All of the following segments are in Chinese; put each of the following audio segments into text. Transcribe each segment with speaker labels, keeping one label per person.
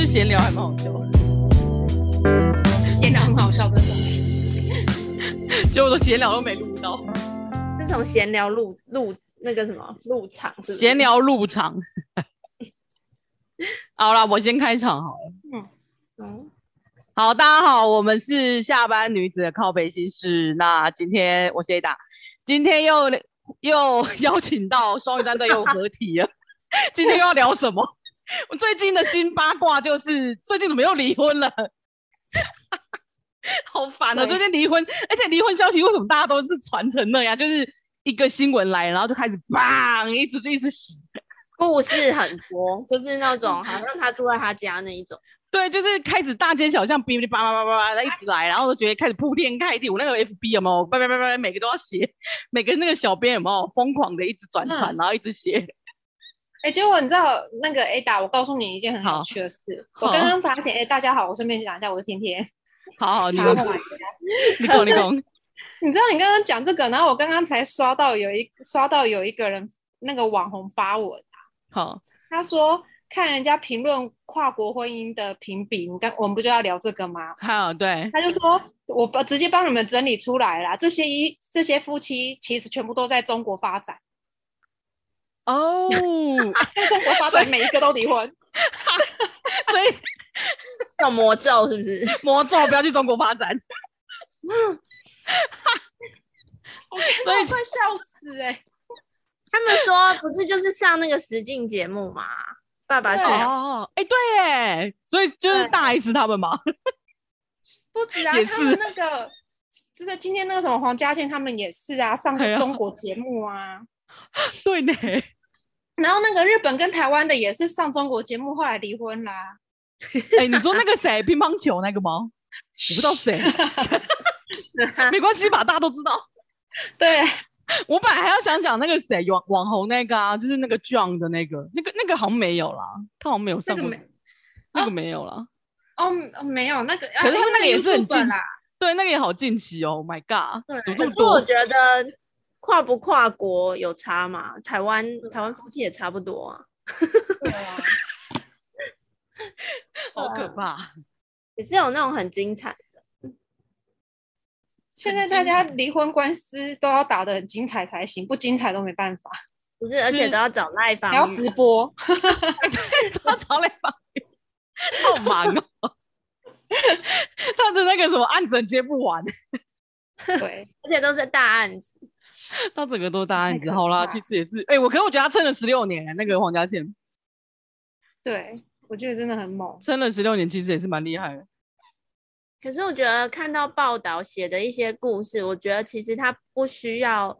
Speaker 1: 好笑的，闲聊很好笑，真的，
Speaker 2: 结果都闲聊都没录到，
Speaker 1: 是从闲聊入入那个什么入场是不是
Speaker 2: 闲，聊入场。 好啦，我先开场好了。
Speaker 1: 嗯，
Speaker 2: 好，大家好，我们是下班女子的靠北心事。那今天我是 A 打，今天又又邀请到双鱼战队又合体了。 今天又要聊什么？我最近的新八卦就是最近怎么又离婚了？ 好烦啊！
Speaker 1: 对
Speaker 2: 最近离婚，而且离婚消息为什么大家都是传成那样？就是一个新闻来，然后就开始 bang，一直一直洗。
Speaker 1: 故事很多，就是那种好像他住在他家那一种，
Speaker 2: 对，就是开始大街小巷哔哩叭叭叭叭叭的一直来，然后我就觉得开始铺天盖地。我那个 FB 有没有？叭叭叭叭，每个都要写， 每个那个小编有没有疯狂的一直转
Speaker 3: 嗯
Speaker 2: 传，然后一直写。
Speaker 3: 哎、结果你知道那个 Ada，我告诉你一件很
Speaker 2: 好
Speaker 3: 有趣的事。
Speaker 2: 好
Speaker 3: 我刚刚发现，哎、大家好，我顺便讲一下，我是甜甜。
Speaker 2: 好好，你
Speaker 3: 插
Speaker 2: 说
Speaker 3: 话
Speaker 2: 你 讲你讲，
Speaker 3: 你知道你刚刚讲这个，然后我刚刚才刷到有一刷到有一个人那个网红发文，
Speaker 2: 好，
Speaker 3: 他说看人家评论跨国婚姻的评比，你刚我们不就要聊这个吗？
Speaker 2: 好，对，
Speaker 3: 他就说我帮直接帮你们整理出来啦，这些一这些夫妻其实全部都在中国发展，
Speaker 2: 哦，所
Speaker 3: 在中国发展每一个都离婚。
Speaker 2: 以
Speaker 1: 有魔咒是不是？
Speaker 2: 魔咒不要去中国发展。
Speaker 3: 我看
Speaker 2: 所以
Speaker 3: 到快笑死哎、
Speaker 1: 他们说不是就是上那个实境节目嘛，爸爸去
Speaker 3: 对
Speaker 1: 哪，
Speaker 2: 哦，哎，对，耶，所以就是大 S 他们嘛。
Speaker 3: 不止啊，
Speaker 2: 也
Speaker 3: 他
Speaker 2: 是
Speaker 3: 们那个，这个今天那个什么黄家健他们也是啊，上
Speaker 2: 哎呀
Speaker 3: 中国节目啊，
Speaker 2: 对 呢，哎
Speaker 3: 然后那个日本跟台湾的也是上中国节目，后来离婚啦。
Speaker 2: 哎，你说那个谁，乒乓球那个吗？我不知道 谁， 没关系吧，大家都知道。
Speaker 3: 对，
Speaker 2: 我本来还要想讲那个谁网网红那个啊，就是那个 John 的那个，那个那个好像没有啦，他好像没有
Speaker 3: 那
Speaker 2: 上
Speaker 3: 个
Speaker 2: 过，
Speaker 3: 没啊
Speaker 2: 那个，没有啦。
Speaker 3: 哦哦没有那个，啊
Speaker 2: 可是他那个也是很
Speaker 3: YouTuber
Speaker 2: 近
Speaker 3: 啦，
Speaker 2: 对，那个也好近期哦、oh、，My
Speaker 3: 啊
Speaker 2: God，怎么这
Speaker 1: 对，可
Speaker 2: 么
Speaker 1: 是我
Speaker 2: 多？
Speaker 1: 觉得跨不跨国有差嘛，台湾台湾夫妻也差不多啊，
Speaker 3: 对啊
Speaker 2: 好可怕！
Speaker 1: 也是有那种很精彩。
Speaker 3: 现在大家离婚官司都要打得很精彩才行，不精彩都没办法。
Speaker 1: 不是，而且
Speaker 2: 是
Speaker 1: 都要找赖啊
Speaker 3: 还要
Speaker 1: 房
Speaker 3: 直 播，
Speaker 2: 他找来访，好忙哦、 他的那个什么案子接不完，
Speaker 3: 对，
Speaker 1: 而且都是大案子。
Speaker 2: 他整个都大案
Speaker 3: 太
Speaker 2: 子。
Speaker 3: 可
Speaker 2: 好啦，
Speaker 3: 怕
Speaker 2: 其实也是，哎、我可是我觉得他撑了十六年、那个黄家千
Speaker 3: 对，我觉得真的很猛。
Speaker 2: 撑了十六年，其实也是蛮厉害的。
Speaker 1: 可是我觉得看到报道写的一些故事，我觉得其实他不需要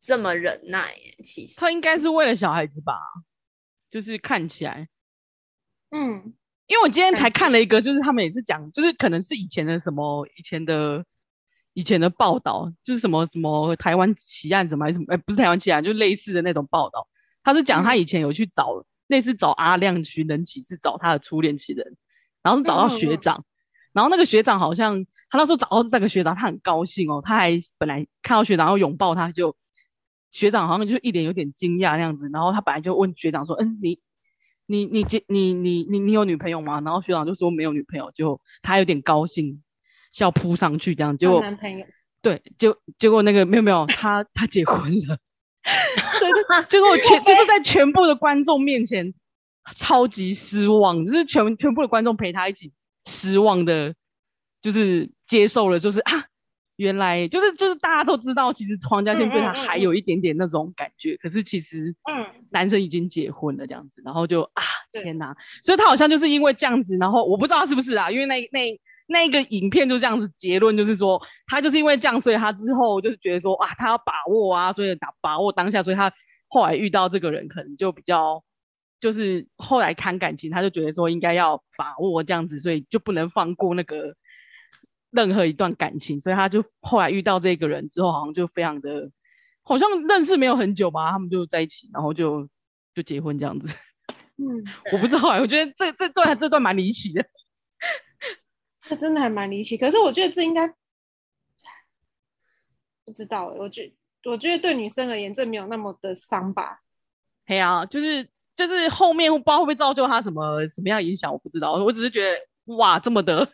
Speaker 1: 这么忍耐耶。其实
Speaker 2: 他应该是为了小孩子吧，就是看起来。
Speaker 3: 嗯，
Speaker 2: 因为我今天
Speaker 1: 感
Speaker 2: 才看了一个，就是他们也是讲，就是可能是以前的什么以前的以前的报道，就是什么什么台湾奇案怎么还是什么，哎、不是台湾奇案，就类似的那种报道。他是讲他
Speaker 3: 嗯
Speaker 2: 以前有去找、类似找阿亮寻人启事，找他的初恋情人，然后是找到
Speaker 3: 嗯嗯
Speaker 2: 学
Speaker 3: 嗯
Speaker 2: 长，然后那个学长好像他那时候找到那个学长，他很高兴哦，他还本来看到学长要拥抱他就，学长好像就一脸有点惊讶那样子，然后他本来就问学长说，嗯，你你你结你你你你有女朋友吗？然后学长就说没有女朋友，就他有点高兴，是要扑上去这样，结
Speaker 3: 她
Speaker 2: 果
Speaker 3: 男朋友
Speaker 2: 对，结结果那个没有没有，他他结婚了， 所以他结果全就是在全部的观众面前超级失望，就是全全部的观众陪他一起失望的，就是接受了，就是啊，原来就是就是大家都知道，其实黄家千对他
Speaker 3: 嗯嗯嗯
Speaker 2: 还
Speaker 3: 嗯
Speaker 2: 有一点点那种感觉，可是其实
Speaker 3: 嗯
Speaker 2: 男生已经结婚了这样子，然后就啊
Speaker 3: 对
Speaker 2: 天哪，所以他好像就是因为这样子，然后我不知道是不是啦，因为那那那一个影片就这样子，结论就是说他就是因为这样，所以他之后就是觉得说啊，他要把握啊，所以打把握当下，所以他后来遇到这个人可能就比较。就是后来谈感情，他就觉得说应该要把握这样子，所以就不能放过那个任何一段感情，所以他就后来遇到这个人之后，好像就非常的，好像认识没有很久吧，他们就在一起，然后就就结婚这样子。
Speaker 3: 嗯，
Speaker 2: 我不知道、欸，我觉得这这段这段蛮离奇的。
Speaker 3: 这真的还蛮离奇。可是我觉得这应该不知道欸，我觉我觉得对女生而言，这没有那么的伤吧。
Speaker 2: 嘿啊，就是就是后面不知道会不会造就他什么什么样的影响，我不知道。我只是觉得哇，这么的，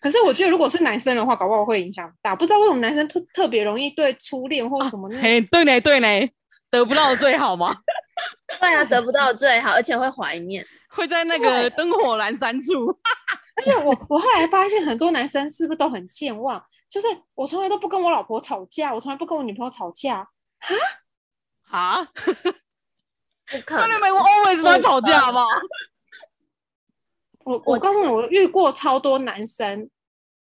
Speaker 3: 可是我觉得如果是男生的话，搞不好会影响很大。不知道为什么男生特特别容易对初恋或什么那
Speaker 2: 哦嘿，对呢对呢，得不到的最好 嘛，
Speaker 1: 对啊，得不到最好，而且会怀念。
Speaker 2: 会在那个灯火阑珊处。
Speaker 3: 而且我我后来发现很多男生是不是都很健忘？就是我从来都不跟我老婆吵架，我从来不跟我女朋友吵架。
Speaker 2: 啊，
Speaker 1: 不可
Speaker 2: 在
Speaker 1: 能，
Speaker 2: 美国 always 都在吵架，好不好？
Speaker 3: 我
Speaker 1: 我
Speaker 3: 我告诉你，我遇过超多男生，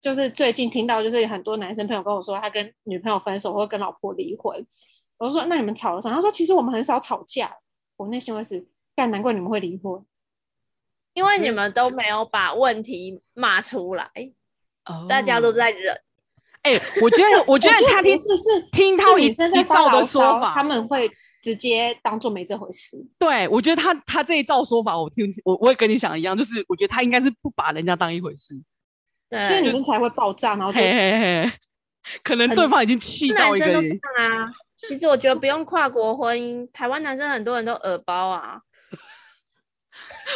Speaker 3: 就是最近听到就是很多男生朋友跟我说，他跟女朋友分手或跟老婆离婚。我就说那你们吵了什么？他说其实我们很少吵架。我内心会是，但难怪你们会离婚。
Speaker 1: 因
Speaker 2: 嗯
Speaker 1: 为你们都没有把问题骂出来，大家都
Speaker 2: 哦。
Speaker 1: 在忍。
Speaker 2: 哎，我觉得，我觉得他
Speaker 3: 不
Speaker 2: 听
Speaker 3: 是是
Speaker 2: 听
Speaker 3: 是
Speaker 2: 到一
Speaker 3: 女生在
Speaker 2: 一
Speaker 3: 发
Speaker 2: 照
Speaker 3: 牢
Speaker 2: 的说
Speaker 3: 骚，
Speaker 2: 法，
Speaker 3: 他们会直接当做没这回事。
Speaker 2: 对，我觉得他他这一照说法，我听我我也跟你想的一样，就是我觉得他应该是不把人家当一回事，
Speaker 3: 所以女
Speaker 1: 对，
Speaker 3: 生才会爆炸，然后就
Speaker 2: 嗯嘿嘿嘿，可能
Speaker 1: 很
Speaker 2: 对方已经气
Speaker 1: 男
Speaker 2: 到一个
Speaker 1: 生都
Speaker 2: 人
Speaker 1: 这，样啊。其实我觉得不用跨国婚姻，台湾男生很多人都耳包啊。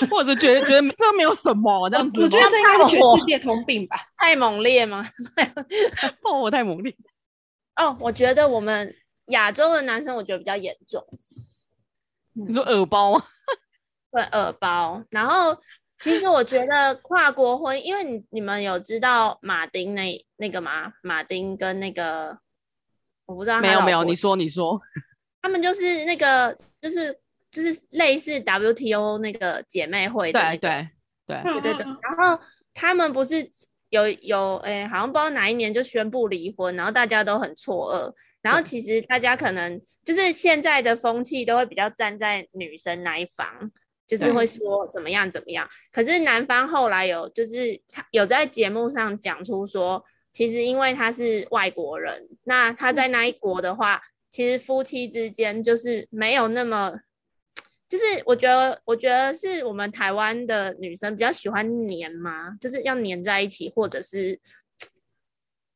Speaker 2: 或者觉得觉得这没有什么这样子吗。
Speaker 3: 我觉得这应该是全世
Speaker 2: 哦
Speaker 3: 界通病吧。
Speaker 1: 太猛烈吗？
Speaker 2: 哦，我太猛烈。
Speaker 1: 哦，我觉得我们亚洲的男生，我觉得比较严重，
Speaker 2: 你说耳包吗？
Speaker 1: 对耳包。然后，其实我觉得跨国婚姻，因为你你们有知道马丁那那个吗？马丁跟那个我不知道他
Speaker 2: 没有
Speaker 1: 老
Speaker 2: 没有，
Speaker 1: 婆
Speaker 2: 你说你说，
Speaker 1: 他们就是那个就是就是类似 WTO 那个姐妹会的、
Speaker 2: 对
Speaker 1: 那个，
Speaker 2: 对 对，
Speaker 3: 对
Speaker 1: 对对对。然后他们不是有有诶、好像不知道哪一年就宣布离婚，然后大家都很错愕。然后其实大家可能就是现在的风气都会比较站在女生那一方，就是
Speaker 3: 对
Speaker 1: 会说怎么样怎么样。可是男方后来有就是他有在节目上讲出说，其实因为他是外国人，那他在那一国的话，其实夫妻之间就是没有那么，就是我觉得，我觉得是我们台湾的女生比较喜欢黏嘛，就是要黏在一起，或者是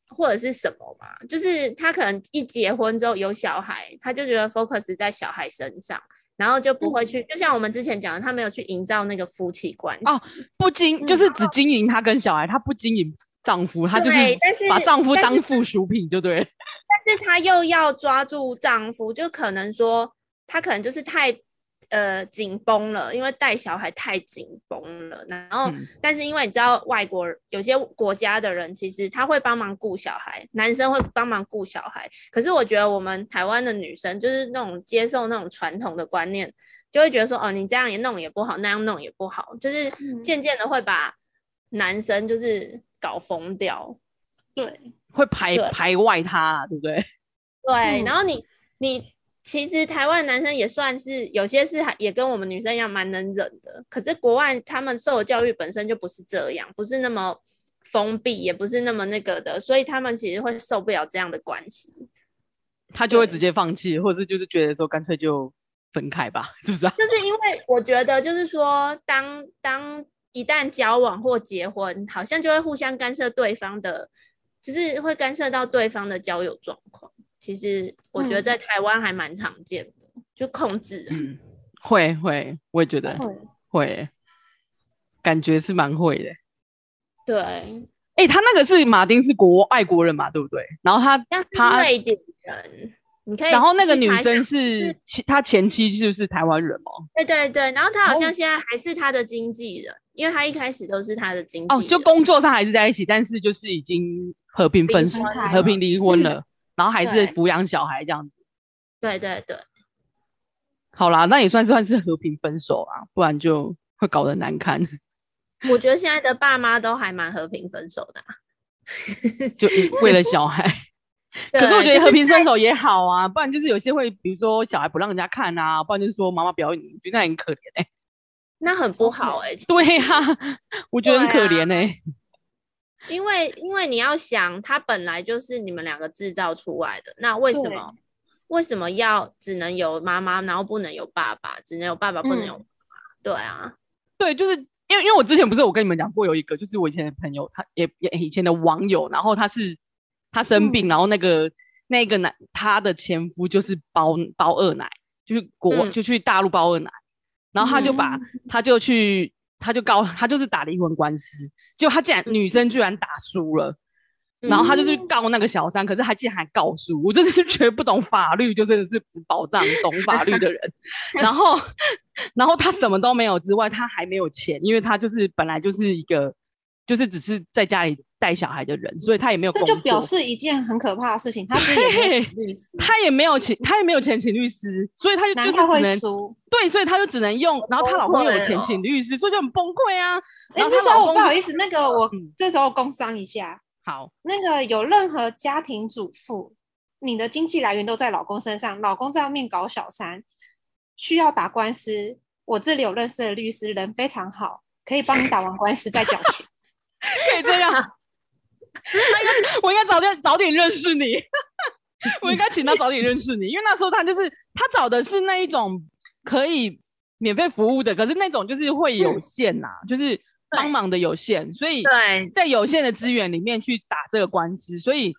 Speaker 1: 或者是什么嘛，就是她可能一结婚之后有小孩，她就觉得 focus 在小孩身上。然后就不会去，就像我们之前讲的，她没有去营造那个夫妻关系。
Speaker 2: 嗯哦不经就是只经营她跟小孩，她不经营丈夫，她就是
Speaker 1: 对，但是
Speaker 2: 把丈夫
Speaker 1: 但是
Speaker 2: 当附属品，就对了。
Speaker 1: 但是她又要抓住丈夫，就可能说她可能就是太呃紧绷了，因为带小孩太紧绷了。然后，
Speaker 2: 嗯
Speaker 1: 但是因为你知道外国人有些国家的人，其实他会帮忙顾小孩，男生会帮忙顾小孩。可是我觉得我们台湾的女生就是那种接受那种传统的观念，就会觉得说哦，你这样也弄也不好，那样弄也不好，就是
Speaker 3: 嗯
Speaker 1: 渐渐的会把男生就是搞疯掉。
Speaker 3: 对，
Speaker 2: 会排
Speaker 1: 对
Speaker 2: 排外她，对不对？
Speaker 1: 对，
Speaker 3: 嗯
Speaker 1: 然后你你其实台湾男生也算是有些是还也跟我们女生一样蛮能忍的，可是国外他们受的教育本身就不是这样，不是那么封闭，也不是那么那个的，所以他们其实会受不了这样的关系。
Speaker 2: 她就会
Speaker 1: 对
Speaker 2: 直接放弃，或者是就是觉得说干脆就分开吧，是不是啊？
Speaker 1: 就是因为我觉得，就是说，当当一旦交往或结婚，好像就会互相干涉对方的，就是会干涉到对方的交友状况。其实我觉得
Speaker 3: 嗯
Speaker 1: 在台湾还蛮常见的，就控制啊、
Speaker 2: 嗯，会会，我也觉得
Speaker 3: 会
Speaker 2: 会欸，感觉是蛮会的欸。
Speaker 1: 对，
Speaker 2: 哎、他那个是马丁是国外国人嘛，对不对？然后他
Speaker 1: 像是
Speaker 2: 他
Speaker 1: 瑞典人，你可以去查一下。
Speaker 2: 然后那个女生是
Speaker 1: 是
Speaker 2: 其他前妻是不是台湾人哦？
Speaker 1: 对对对，然后她好
Speaker 2: 哦
Speaker 1: 像现在还是他的经纪人，因为她一开始都是他的经纪
Speaker 2: 哦，
Speaker 1: 人。
Speaker 2: 就工作上还是在一起，但是就是已经和平分手
Speaker 1: 离婚，了嗯
Speaker 2: 和平离婚了，然后还是
Speaker 1: 对
Speaker 2: 抚养小孩这样子。
Speaker 1: 对对对，
Speaker 2: 好啦，那也算是算是和平分手啊，不然就会搞得难堪。
Speaker 1: 我觉得现在的爸妈都还蛮和平分手的啊、
Speaker 2: 就为了小孩。
Speaker 1: 对
Speaker 2: 可是我觉
Speaker 1: 就
Speaker 2: 得
Speaker 1: 是
Speaker 2: 和平分手也好啊，不然就是有些会，比如说小孩不让人家看啊，不然就是说妈妈不要你，我觉得那很可怜哎、
Speaker 1: 那很不好哎、
Speaker 2: 对呀、我觉得很可怜哎、
Speaker 1: 因为因为你要想，他本来就是你们两个制造出来的，那为什
Speaker 3: 对
Speaker 1: 么为什么要只能有妈妈，然后不能有爸爸，只能有爸爸不
Speaker 2: 嗯
Speaker 1: 能有妈妈？对啊，
Speaker 2: 对，就是因为因为我之前不是我跟你们讲过有一个，就是我以前的朋友，他也也以前的网友，然后他是他生病，然后那个那个男他的前夫就是包包二奶，就是国、
Speaker 1: 嗯
Speaker 2: 就去大陆包二奶，然后他就把、他就去他就告他就是打离婚官司，结果他竟然、女生居然打输了。然后他就去告那个小三，可是他竟然还告输，我真的是觉得不懂法律，就真的是不保障懂法律的人。 然后，然后他什么都没有之外，他还没有钱，因为他就是本来就是一个，就是只是在家里带小孩的人，所以他也没有
Speaker 3: 这
Speaker 2: 工
Speaker 3: 就
Speaker 2: 作，
Speaker 3: 表示一件很可怕的事情，他自己也没有请律师，
Speaker 2: 他也没有钱，他也没有钱请律师，所以他就就
Speaker 3: 难
Speaker 2: 是
Speaker 3: 怪
Speaker 2: 只
Speaker 3: 会
Speaker 2: 能
Speaker 3: 输。
Speaker 2: 对，所以他就只能用，然后她老公
Speaker 1: 崩溃
Speaker 2: 有钱
Speaker 1: 哦
Speaker 2: 请律师，所以就很崩溃啊。
Speaker 3: 哎、
Speaker 2: 然后
Speaker 3: 这
Speaker 2: 她
Speaker 3: 时
Speaker 2: 老
Speaker 3: 候我
Speaker 2: 公
Speaker 3: 不
Speaker 2: 就
Speaker 3: 好意思，那个我、
Speaker 2: 嗯
Speaker 3: 这时候工商一下，
Speaker 2: 好，
Speaker 3: 那个有任何家庭主妇，你的经济来源都在老公身上，老公在外面搞小三，需要打官司，我这里有认识的律师，人非常好，可以帮你打完官司再缴钱。
Speaker 2: 可以这样。他应该，我应该早点早点认识你，我应该请他早点认识你，因为那时候他就是他找的是那一种可以免费服务的，可是那种就是会有限呐、就是帮忙的有限，所以
Speaker 1: 对，
Speaker 2: 在有限的资源里面去打这个官司，所以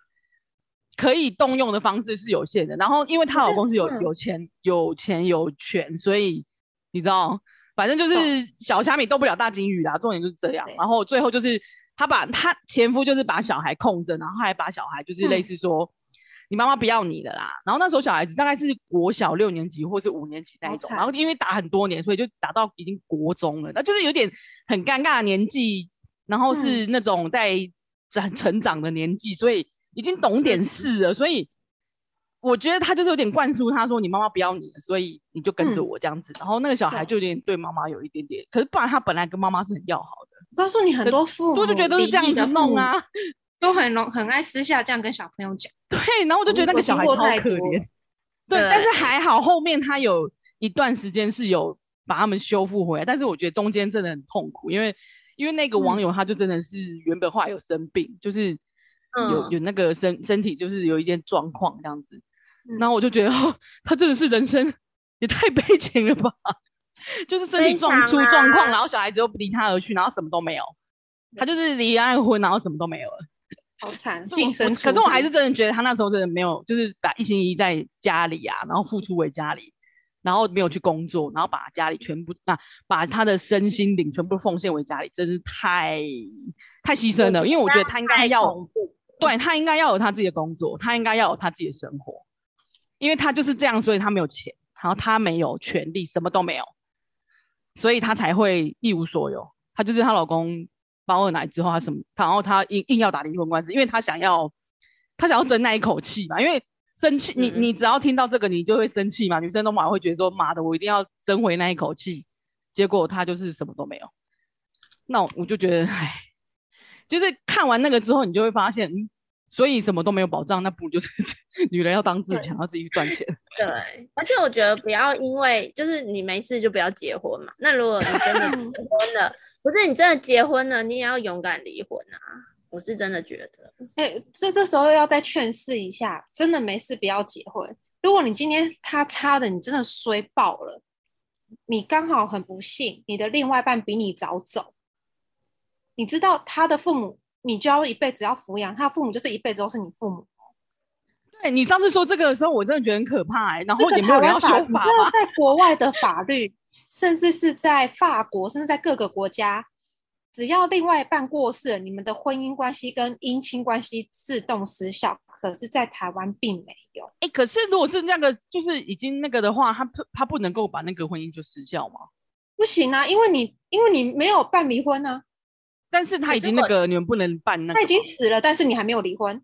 Speaker 2: 可以动用的方式是有限的。然后因为她老公是有
Speaker 3: 嗯
Speaker 2: 有钱、有钱有权，所以你知道，反正就是小虾米斗不了大金鱼啦，重点就是这样
Speaker 3: 对。
Speaker 2: 然后最后就是她把她前夫就是把小孩控着，然后还把小孩
Speaker 3: 嗯
Speaker 2: 就是类似说。你妈妈不要你了啦。然后那时候小孩子大概是国小六年级或是五年级那一
Speaker 3: 好
Speaker 2: 种，
Speaker 3: 惨
Speaker 2: 然后因为打很多年，所以就打到已经国中了，那就是有点很尴尬的年纪，然
Speaker 3: 嗯
Speaker 2: 后是那种在成 成长的年纪，所以已经懂
Speaker 3: 嗯
Speaker 2: 点事了，所以。我觉得他就是有点灌输他说你妈妈不要你了，所以你就跟着
Speaker 3: 嗯
Speaker 2: 我这样子。然后那个小孩
Speaker 3: 对
Speaker 2: 就有点对妈妈有一点点，可是不然他本来跟妈妈是很要好的，
Speaker 3: 我告诉你，很多父母
Speaker 2: 所以 我就觉得都是这样
Speaker 3: 离异
Speaker 2: 子
Speaker 3: 的
Speaker 2: 弄啊。
Speaker 3: 父母，都很容很爱私下这样跟小朋友讲。
Speaker 2: 对，然后我就觉得那
Speaker 3: 我
Speaker 2: 个小
Speaker 3: 听
Speaker 2: 孩超
Speaker 3: 过
Speaker 2: 可
Speaker 3: 太多
Speaker 2: 怜。 对，但是还好后面他有一段时间是有把他们修复回来，但是我觉得中间真的很痛苦，因为因为那个
Speaker 3: 嗯
Speaker 2: 网友他就真的是原本后来有生病，就是有、
Speaker 1: 嗯
Speaker 2: 有那个身身体就是有一些状况这样子，
Speaker 3: 嗯
Speaker 2: 然后我就觉得、哦、他真的是人生也太悲情了吧， 就是身体
Speaker 1: 非
Speaker 2: 状
Speaker 1: 常
Speaker 2: 出状况，
Speaker 1: 啊
Speaker 2: 然后小孩子又离他而去，然后什么都没有，他就是离了婚，然后什么都没有了。
Speaker 3: 好惨，
Speaker 2: 我
Speaker 3: 净身
Speaker 2: 我
Speaker 3: 出
Speaker 2: 可是我
Speaker 3: 户
Speaker 2: 还是真的觉得他那时候真的没有，就是把一心一意在家里啊，然后付出为家里，然后没有去工作，然后把家里全部啊，把他的身心灵全部奉献为家里，真是太太牺牲了。因为我觉得他应该
Speaker 1: 太
Speaker 2: 要
Speaker 1: 恐怖
Speaker 2: 对他应该要有他自己的工作，他应该要有他自己的生活，因为他就是这样，所以他没有钱，然后他没有权利，什么都没有，所以他才会一无所有。她就是她老公包二奶之后，她什么，然后她硬硬要打离婚官司，因为她想要她想要争那一口气嘛，因为生气，你
Speaker 1: 嗯
Speaker 2: 你只要听到这个，你就会生气嘛，女生都马会觉得说妈的，我一定要争回那一口气，结果她就是什么都没有。那我我就觉得，唉，就是看完那个之后，你就会发现，嗯，所以什么都没有保障，那不如就是 女人要当自强，要自己去赚钱。
Speaker 1: 对，而且我觉得不要因为就是你没事就不要结婚嘛。那如果你真的
Speaker 2: 嗯
Speaker 1: 结婚了，不是你真的结婚了，你也要勇敢离婚啊！我是真的觉得，
Speaker 3: 哎、这这时候要再劝示一下，真的没事不要结婚。如果你今天他差的，你真的衰爆了，你刚好很不幸，你的另外一半比你早走，你知道他的父母，你就要一辈子要抚养他的父母，就是一辈子都是你父母。
Speaker 2: 对你上次说这个的时候，我真的觉得很可怕、欸，然
Speaker 3: 这
Speaker 2: 后
Speaker 3: 个
Speaker 2: 也没有
Speaker 3: 台
Speaker 2: 人
Speaker 3: 湾
Speaker 2: 要修法
Speaker 3: 法律，真
Speaker 2: 吧
Speaker 3: 的？在国外的法律，甚至是在法国，甚至在各个国家，只要另外一半过世了，你们的婚姻关系跟姻亲关系自动失效。可是，在台湾并没有。
Speaker 2: 哎、可是如果是那个就是已经那个的话，他不他不能够把那个婚姻就失效嘛？
Speaker 3: 不行啊，因为你因为你没有办离婚啊，
Speaker 2: 但是他
Speaker 1: 可
Speaker 2: 已
Speaker 1: 是
Speaker 2: 经那
Speaker 1: 我
Speaker 2: 个，你们不能办那个
Speaker 3: 他已经死了，但是你还没有离婚。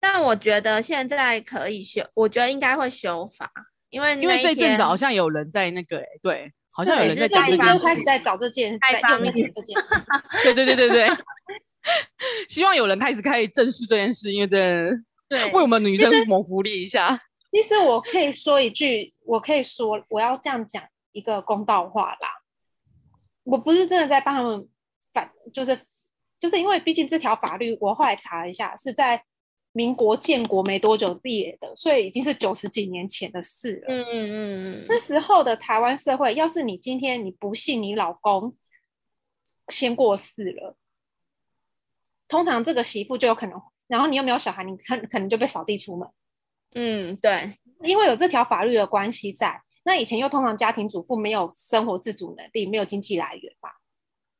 Speaker 1: 但我觉得现在可以修，我觉得应该会修法，因为
Speaker 2: 因为这
Speaker 1: 那一
Speaker 2: 一阵
Speaker 1: 天
Speaker 2: 子好像有人在那个、欸，对，好像有
Speaker 3: 对，
Speaker 2: 人在
Speaker 3: 是
Speaker 2: 讲
Speaker 1: 开
Speaker 2: 这
Speaker 3: 你
Speaker 2: 件
Speaker 1: 放
Speaker 3: 就
Speaker 2: 事
Speaker 3: 开
Speaker 2: 情
Speaker 3: 始在找这件，
Speaker 1: 开
Speaker 3: 在
Speaker 1: 放
Speaker 3: 又在讲这件事。
Speaker 2: 对对对对对。 希望有人开始开始正视这件事，因为真的
Speaker 1: 对
Speaker 2: 为我们女
Speaker 3: 其
Speaker 2: 生
Speaker 3: 实
Speaker 2: 谋福利一下。
Speaker 3: 其实我可以说一句，我可以说，我要这样讲一个公道话啦。我不是真的在帮他们反，就是就是因为毕竟这条法律，我后来查了一下，是在民国建国没多久列的，所以已经是九十几年前的事了。
Speaker 1: 嗯嗯嗯
Speaker 3: 那
Speaker 1: 嗯，
Speaker 3: 时候的台湾社会，要是你今天你不信你老公先过世了，通常这个媳妇就有可能，然后你又没有小孩，你可可能就被扫地出门，
Speaker 1: 嗯对，
Speaker 3: 因为有这条法律的关系在。那以前又通常家庭主妇没有生活自主能力，没有经济来源嘛，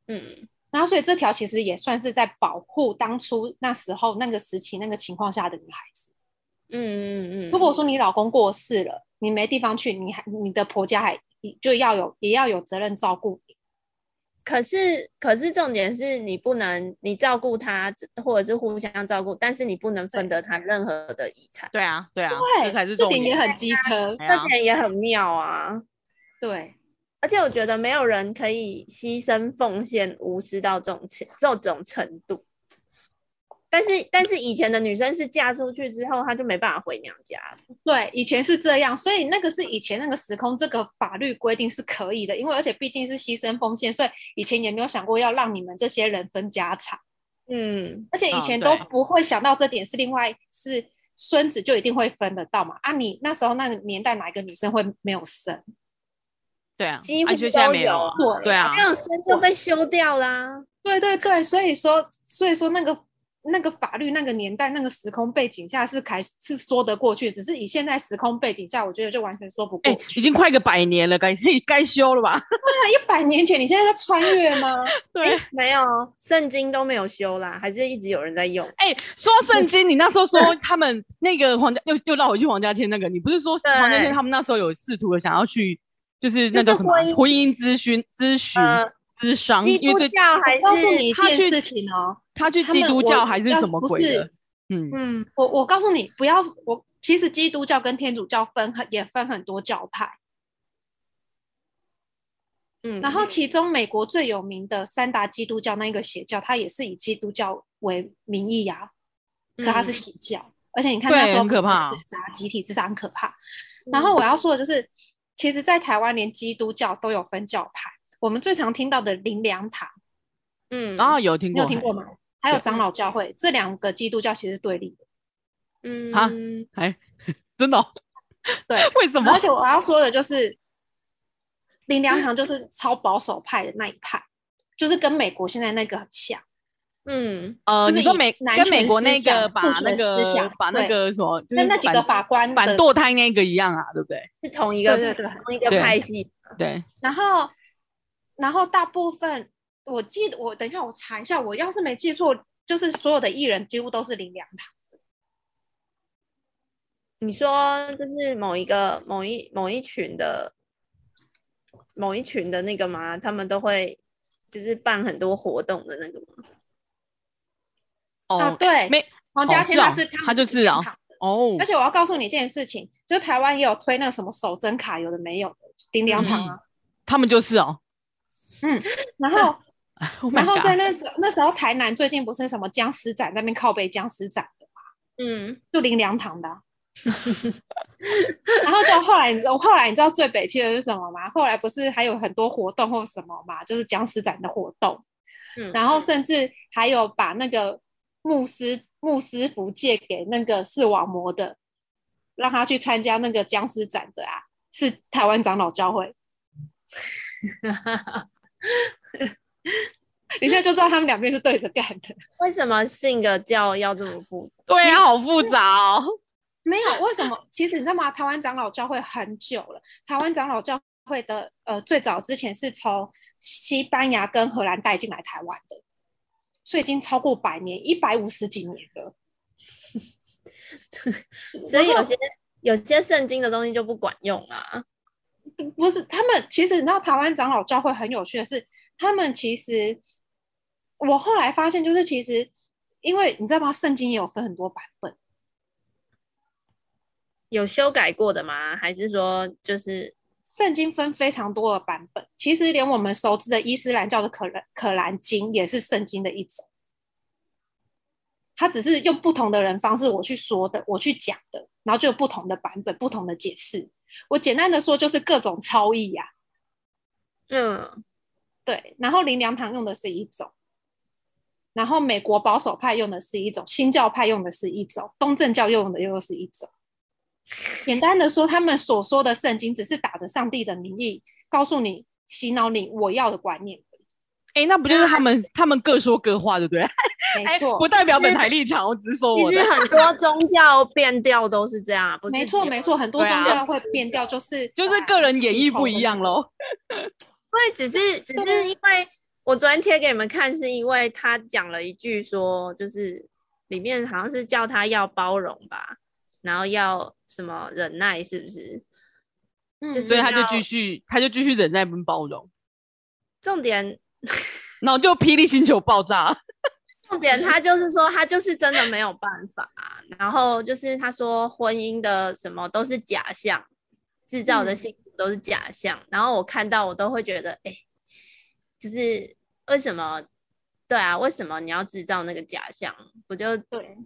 Speaker 1: 嗯，
Speaker 3: 然后所以这条其实也算是在保护当初那时候那个时期那个情况下的女孩子。
Speaker 1: 嗯嗯嗯嗯。
Speaker 3: 如果说你老公过世了，你没地方去，你还你的婆家还就要有也要有责任照顾你。
Speaker 1: 可是可是重点是你不能你照顾他，或者是互相照顾，但是你不能分得他任何的遗产，
Speaker 2: 对啊，对啊，这才
Speaker 3: 对，
Speaker 2: 是
Speaker 3: 这
Speaker 2: 重
Speaker 3: 点也
Speaker 2: 点。
Speaker 3: 很机车。
Speaker 2: 哎呀
Speaker 1: 这点也很妙啊。
Speaker 3: 对，
Speaker 1: 而且我觉得没有人可以牺牲奉献无私到这种程这种程度。但是但是以前的女生是嫁出去之后，她就没办法回娘家了。
Speaker 3: 对，以前是这样，所以那个是以前那个时空，这个法律规定是可以的，因为而且毕竟是牺牲奉献，所以以前也没有想过要让你们这些人分家产，
Speaker 1: 嗯，
Speaker 3: 而且以
Speaker 2: 嗯
Speaker 3: 前
Speaker 2: 对
Speaker 3: 都不会想到这点，是另外是孙子就一定会分得到嘛？啊，你那时候那个年代哪一个女生会没有生？
Speaker 2: 对啊，
Speaker 1: 几乎
Speaker 2: 啊就现在
Speaker 1: 都
Speaker 2: 没有啊。
Speaker 3: 对
Speaker 2: 对啊
Speaker 1: 没，有生就被休掉啦。
Speaker 3: 对对对，所以说所以说那个那个法律那个年代那个时空背景下是开是说得过去，只是以现在时空背景下，我觉得就完全说不
Speaker 2: 哎、
Speaker 3: 过去。
Speaker 2: 已经快一个百年了，该 该修了吧？
Speaker 3: 那一百年前，你现在在穿越吗？
Speaker 2: 对，
Speaker 1: 没有，圣经都没有修啦，还是一直有人在用。
Speaker 2: 哎、说到圣经，你那时候说他们那个黄家又又绕回去黄家千那个，你不是说
Speaker 1: 对
Speaker 2: 黄家千他们那时候有试图的想要去，就是那
Speaker 1: 就
Speaker 2: 叫
Speaker 1: 是
Speaker 2: 什么啊
Speaker 1: 婚姻
Speaker 2: 婚姻咨询咨询
Speaker 3: 嗯
Speaker 1: 呃，
Speaker 2: 咨商，
Speaker 1: 基
Speaker 2: 因为
Speaker 1: 督
Speaker 2: 最
Speaker 1: 教还
Speaker 3: 我告诉你
Speaker 1: 是
Speaker 3: 一
Speaker 2: 他
Speaker 3: 件
Speaker 2: 去
Speaker 3: 事情哦，
Speaker 2: 他去
Speaker 3: 他
Speaker 2: 基
Speaker 3: 们
Speaker 2: 督
Speaker 3: 我
Speaker 2: 教 还是
Speaker 3: 要
Speaker 2: 什么
Speaker 3: 不
Speaker 2: 鬼的
Speaker 3: 是？
Speaker 2: 嗯，
Speaker 1: 嗯
Speaker 3: 我我告诉你，不要我。其实基督教跟天主教分很也分很多教派，
Speaker 1: 嗯，
Speaker 3: 然后其中美国最有名的三大基督教那一个邪教，它也是以基督教为名义呀、可它是
Speaker 1: 嗯
Speaker 3: 邪教，而且你看
Speaker 2: 对
Speaker 3: 那时候
Speaker 2: 很可怕嗯
Speaker 3: 自杀、集体自杀很可怕。
Speaker 1: 嗯
Speaker 3: 然后我要说的就是，其实，在台湾连基督教都有分教派，我们最常听到的灵粮堂，
Speaker 1: 嗯，
Speaker 2: 然啊后有听
Speaker 3: 你
Speaker 2: 过，
Speaker 3: 有听过吗？还有
Speaker 2: 对
Speaker 3: 长老教会，这两个基督教其实是对立的。
Speaker 1: 嗯
Speaker 2: 啊
Speaker 1: 嗯
Speaker 2: 哎？哎，真的哦、
Speaker 3: 对，
Speaker 2: 为什么
Speaker 3: 而？且我要说的就是，林良堂就是超保守派的那一派，就是跟美国现在那个很像。
Speaker 1: 嗯
Speaker 2: 呃，
Speaker 3: 就是
Speaker 2: 你说
Speaker 3: 以
Speaker 2: 美
Speaker 3: 男
Speaker 2: 跟美
Speaker 3: 权
Speaker 2: 国
Speaker 3: 思
Speaker 2: 那个
Speaker 3: 想
Speaker 2: 把
Speaker 3: 父
Speaker 2: 那
Speaker 3: 权思
Speaker 2: 个
Speaker 3: 想
Speaker 2: 把那
Speaker 3: 对
Speaker 2: 个什么，就
Speaker 3: 那
Speaker 2: 是
Speaker 3: 那几
Speaker 2: 反
Speaker 3: 个法官
Speaker 2: 反
Speaker 3: 的
Speaker 2: 堕胎那个一样啊，对不对？
Speaker 1: 是同一
Speaker 3: 对
Speaker 1: 个
Speaker 3: 对对，
Speaker 1: 同一个
Speaker 2: 对
Speaker 1: 派系。
Speaker 2: 对，
Speaker 3: 然后然后大部分我记得我等一下我查一下，我要是没记错，就是所有的艺人几乎都是林良堂。
Speaker 1: 你说就是某一个某一某一群的某一群的那个吗？他们都会就是办很多活动的那个吗？
Speaker 2: 哦，
Speaker 3: 啊，对，
Speaker 2: 没
Speaker 3: 黄家
Speaker 2: 哦
Speaker 3: 千
Speaker 2: 是
Speaker 3: 他
Speaker 2: 哦
Speaker 3: 是
Speaker 2: 他
Speaker 3: 他
Speaker 2: 就
Speaker 3: 们
Speaker 2: 是
Speaker 3: 林良
Speaker 2: 哦
Speaker 3: 堂的
Speaker 2: 哦
Speaker 3: 而，且我要告诉你一件事情，就是台湾也有推那什么手真卡，有的没有的，林良
Speaker 2: 嗯
Speaker 3: 堂啊。
Speaker 2: 他们就是哦，
Speaker 3: 然后
Speaker 2: 哎 Oh
Speaker 3: 然
Speaker 2: my
Speaker 3: 后
Speaker 2: god！
Speaker 3: 在那时候，那时候台南最近不是什么僵尸展在那边靠北僵尸展的，
Speaker 1: 嗯，
Speaker 3: 就林良堂 的啊、然后就后来，你知道，后来你知道最北区的是什么吗？后来不是还有很多活动或什么嘛，就是僵尸展的活动，
Speaker 1: 嗯
Speaker 3: 然后甚至还有把那个牧师牧师服借给那个视网膜的，让他去参加那个僵尸展的啊，是台湾长老教 会。你现在就知道他们两边是对着干的。
Speaker 1: 为什么信个教要这么复杂？
Speaker 2: 对啊，好复杂 哦。
Speaker 3: 没有，为什么？其实你知道吗？台湾长老教会很久了，台湾长老教会的呃最早之前是从西班牙跟荷兰带进来台湾的，所以已经超过百年，一百五十几年了。
Speaker 1: 所以有些有些圣经的东西就不管用啊。
Speaker 3: 不是他们，其实你知道台湾长老教会很有趣的是，他们其实我后来发现，就是其实因为你知道吗？圣经也有分很多版本。
Speaker 1: 有修改过的吗？还是说就是
Speaker 3: 圣经分非常多的版本，其实连我们熟知的伊斯兰教的可兰可兰经也是圣经的一种，它只是用不同的人方式我去说的，我去讲的，然后就有不同的版本、不同的解释。我简单的说就是各种超译啊呀、
Speaker 1: 嗯
Speaker 3: 对。然后林良堂用的是一种，然后美国保守派用的是一种，新教派用的是一种，东正教用的又是一种。简单的说，他们所说的圣经只是打着上帝的名义，告诉你、洗脑你我要的观念而已。
Speaker 2: 哎、那不就是他们他们各说各话，对不对？哎、
Speaker 3: 没错，
Speaker 2: 不代表本台立场，我只是说我
Speaker 1: 其实
Speaker 2: 的。
Speaker 1: 很多宗教变调都是这样啊，不是？
Speaker 3: 没错，没。错，很多
Speaker 2: 对啊
Speaker 3: 宗教会变调，就是
Speaker 2: 就是个人演绎不一样。喽。
Speaker 1: 因为只是只是因为我昨天贴给你们看，是因为他讲了一句说，就是里面好像是叫他要包容吧，然后要什么忍耐，是不是？
Speaker 3: 嗯
Speaker 1: 就是
Speaker 2: 所以他就
Speaker 1: 要
Speaker 2: 继续，他就继续忍耐跟包容，
Speaker 1: 重点
Speaker 2: 然后就霹雳星球爆炸。
Speaker 1: 重点，他就是说他就是真的没有办法，啊然后就是他说婚姻的什么都是假象，制造的
Speaker 3: 嗯
Speaker 1: 幸福都是假象，然后我看到我都会觉得，哎、就是为什么？对啊，为什么你要制造那个假象？不就
Speaker 3: 对，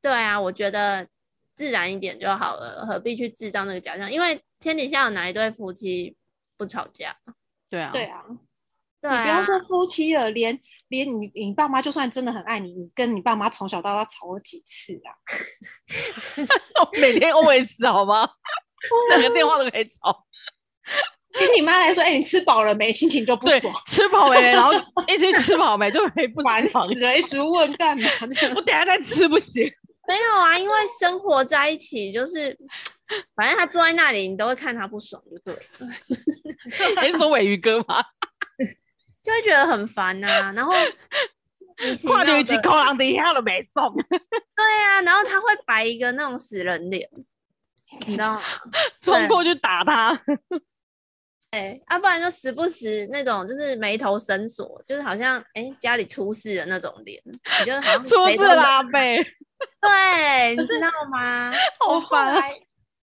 Speaker 1: 对啊，我觉得自然一点就好了，何必去制造那个假象？因为天底下有哪一对夫妻不吵架？
Speaker 2: 对啊，
Speaker 3: 对啊，
Speaker 1: 对
Speaker 3: 你不要
Speaker 1: 啊，
Speaker 3: 说夫妻了，连连你你爸妈就算真的很爱你，你跟你爸妈从小到大吵了几次啊？
Speaker 2: 每天 always 好吗？整个电话都可以吵。
Speaker 3: 跟你妈来说，哎、你吃饱了没？心情就不
Speaker 2: 对
Speaker 3: 爽，，
Speaker 2: 吃饱没？然后一直吃饱没就可以不
Speaker 3: 烦
Speaker 2: 爽。
Speaker 3: 死了，一直问干嘛？
Speaker 2: 我等一下再吃不行。
Speaker 1: 没有啊，因为生活在一起就是，反正他坐在那里，你都会看他不爽，就对了，
Speaker 2: 你是说尾鱼哥吗？
Speaker 1: 就会觉得很烦呐、然后莫名其妙
Speaker 2: 跨掉一级
Speaker 1: 的，
Speaker 2: 高浪底下都没送，
Speaker 1: 对啊，然后他会摆一个那种死人脸，你知道吗？
Speaker 2: 冲过去打他。
Speaker 1: 对，要、不然就时不时那种就是眉头深锁，就是好像哎、诶家里出事的那种脸，你就好 像
Speaker 2: 出
Speaker 1: 眉
Speaker 2: 事
Speaker 1: 头深
Speaker 2: 啦呗，
Speaker 1: 对，
Speaker 3: 可
Speaker 1: 你知道 吗？
Speaker 2: 好
Speaker 3: 我后
Speaker 2: 烦啊！
Speaker 3: 来，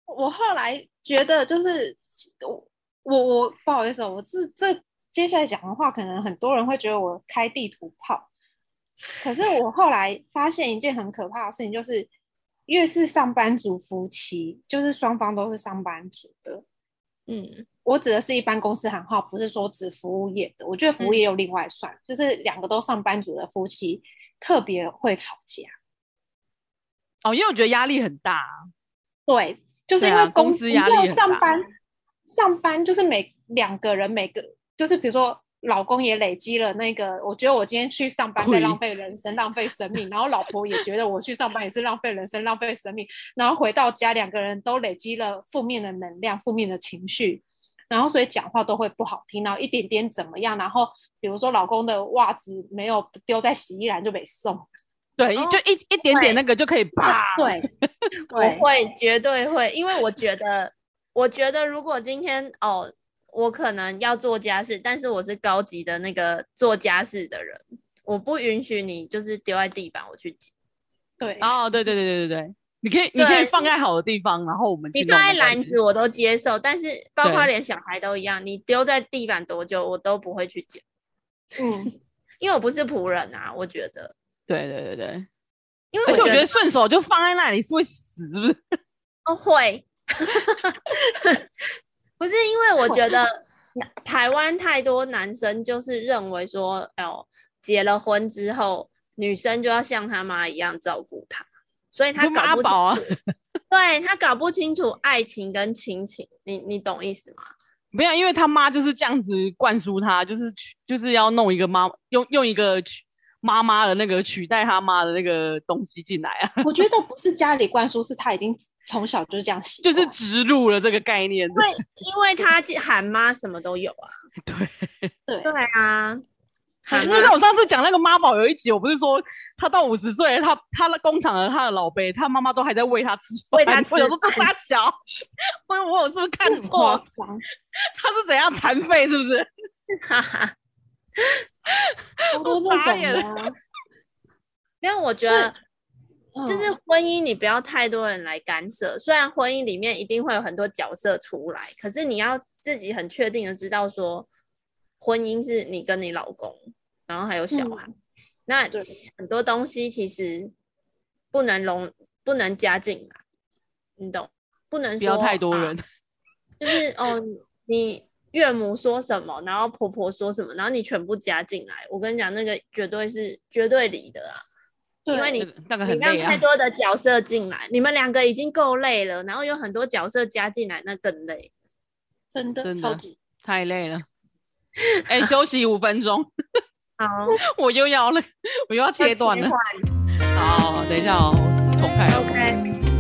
Speaker 3: 我后来觉得就是我我我不好意思哦，我这这接下来讲的话，可能很多人会觉得我开地图炮。可是我后来发现一件很可怕的事情，就是越是上班族夫妻，就是双方都是上班族的。
Speaker 1: 嗯，
Speaker 3: 我指的是一般公司行号，不是说指服务业的。我觉得服务业又另外算，就是两个都上班族的夫妻特别会吵架。
Speaker 2: 哦，因为我觉得压力很大，啊
Speaker 3: 对，就是因
Speaker 2: 对
Speaker 3: 为
Speaker 2: 啊
Speaker 3: 公,、
Speaker 2: 公司压力
Speaker 3: 你知
Speaker 2: 很大
Speaker 3: 道上班，上班就是每两个人每个就是比如说老公也累积了那个，我觉得我今天去上班在
Speaker 2: 亏
Speaker 3: 浪费人生、浪费生命，然后老婆也觉得我去上班也是浪费人生、浪费生命，然后回到家两个人都累积了负面的能量、负面的情绪。然后，所以讲话都会不好听，然后一点点怎么样？然后，比如说老公的袜子没有丢在洗衣篮就被送，
Speaker 2: 对，
Speaker 1: 哦
Speaker 2: 就一一点点那个就可以啪。
Speaker 3: 对，
Speaker 1: 我
Speaker 3: 对
Speaker 1: 会绝对会，因为我觉得，我觉得如果今天哦，我可能要做家事，但是我是高级的那个做家事的人，我不允许你就是丢在地板我去捡，
Speaker 3: 对，
Speaker 2: 哦，对对对对对对，你可以你可以
Speaker 1: 对
Speaker 2: 放在好的地方，然后我们
Speaker 1: 你
Speaker 2: 去
Speaker 1: 丢
Speaker 2: 弄
Speaker 1: 在
Speaker 2: 没关
Speaker 1: 篮
Speaker 2: 系
Speaker 1: 子我都接受，但是包括
Speaker 2: 对
Speaker 1: 连小孩都一样，你丢在地板多久我都不会去捡，
Speaker 3: 嗯，
Speaker 1: 因为我不是仆人啊，我觉得，
Speaker 2: 对对对对，
Speaker 1: 因为
Speaker 2: 而且我
Speaker 1: 觉
Speaker 2: 觉得顺手就放在那里是会死，是不是？
Speaker 1: 哦，会， 不是因为我觉得台湾太多男生就是认为说，哦，结了婚之后，女生就要像他妈一样照顾他，所以他
Speaker 2: 就妈
Speaker 1: 搞不清
Speaker 2: 宝啊，
Speaker 1: 对他搞不清楚爱情跟亲情，你你懂意思吗？
Speaker 2: 没有，因为他妈就是这样子灌输他，就是取就是要弄一个妈用用一个取妈妈的那个取代他妈的那个东西进来啊，
Speaker 3: 我觉得不是家里灌输，是他已经从小就是这样习
Speaker 2: 就
Speaker 3: 惯，
Speaker 2: 是植入了这个概念。
Speaker 1: 因为因为他喊妈什么都有啊，
Speaker 2: 对，
Speaker 3: 对
Speaker 1: 对啊，喊
Speaker 2: 就
Speaker 1: 妈
Speaker 2: 像我上次讲那个妈宝有一集，我不是说他到五十岁了，他他的工厂的他的老辈，他妈妈都还在喂他吃饭，
Speaker 1: 喂他吃
Speaker 2: 我
Speaker 1: 嗯
Speaker 2: 有时候这大小，所以我有是不是看
Speaker 3: 很
Speaker 2: 错
Speaker 3: 夸
Speaker 2: 了？
Speaker 3: 张。
Speaker 2: 他是怎样残废？是不是？
Speaker 1: 哈 哈，
Speaker 3: 超多这
Speaker 2: 我傻
Speaker 3: 种
Speaker 2: 眼
Speaker 3: 的啊、
Speaker 1: 因为我觉得。
Speaker 3: 嗯
Speaker 1: 就是婚姻，你不要太多人来干涉。虽然婚姻里面一定会有很多角色出来，可是你要自己很确定的知道说，婚姻是你跟你老公，然后还有小
Speaker 2: 嗯
Speaker 1: 孩。那
Speaker 3: 对
Speaker 1: 很多东西其实不能容，不能加进来，你懂？不能
Speaker 2: 不要
Speaker 1: 说
Speaker 2: 太多
Speaker 1: 啊
Speaker 2: 人，
Speaker 1: 就是哦，你岳母说什么，然后婆婆说什么，然后你全部加进来。我跟你讲，那个绝对是绝对理的啊。
Speaker 3: 对
Speaker 1: 因为你
Speaker 2: 那个
Speaker 1: 你
Speaker 2: 很
Speaker 1: 让
Speaker 2: 累
Speaker 1: 太
Speaker 2: 啊。
Speaker 1: 多的角色进来，你们两个已经够累了，然后有很多角色加进来，那更累。
Speaker 3: 真的
Speaker 2: 真的
Speaker 3: 超级
Speaker 2: 太累了，哎、休息五分钟，
Speaker 1: 好
Speaker 2: 我又要了，我又要切断了。好，等一下哦，重开哦。嗯
Speaker 1: ，OK。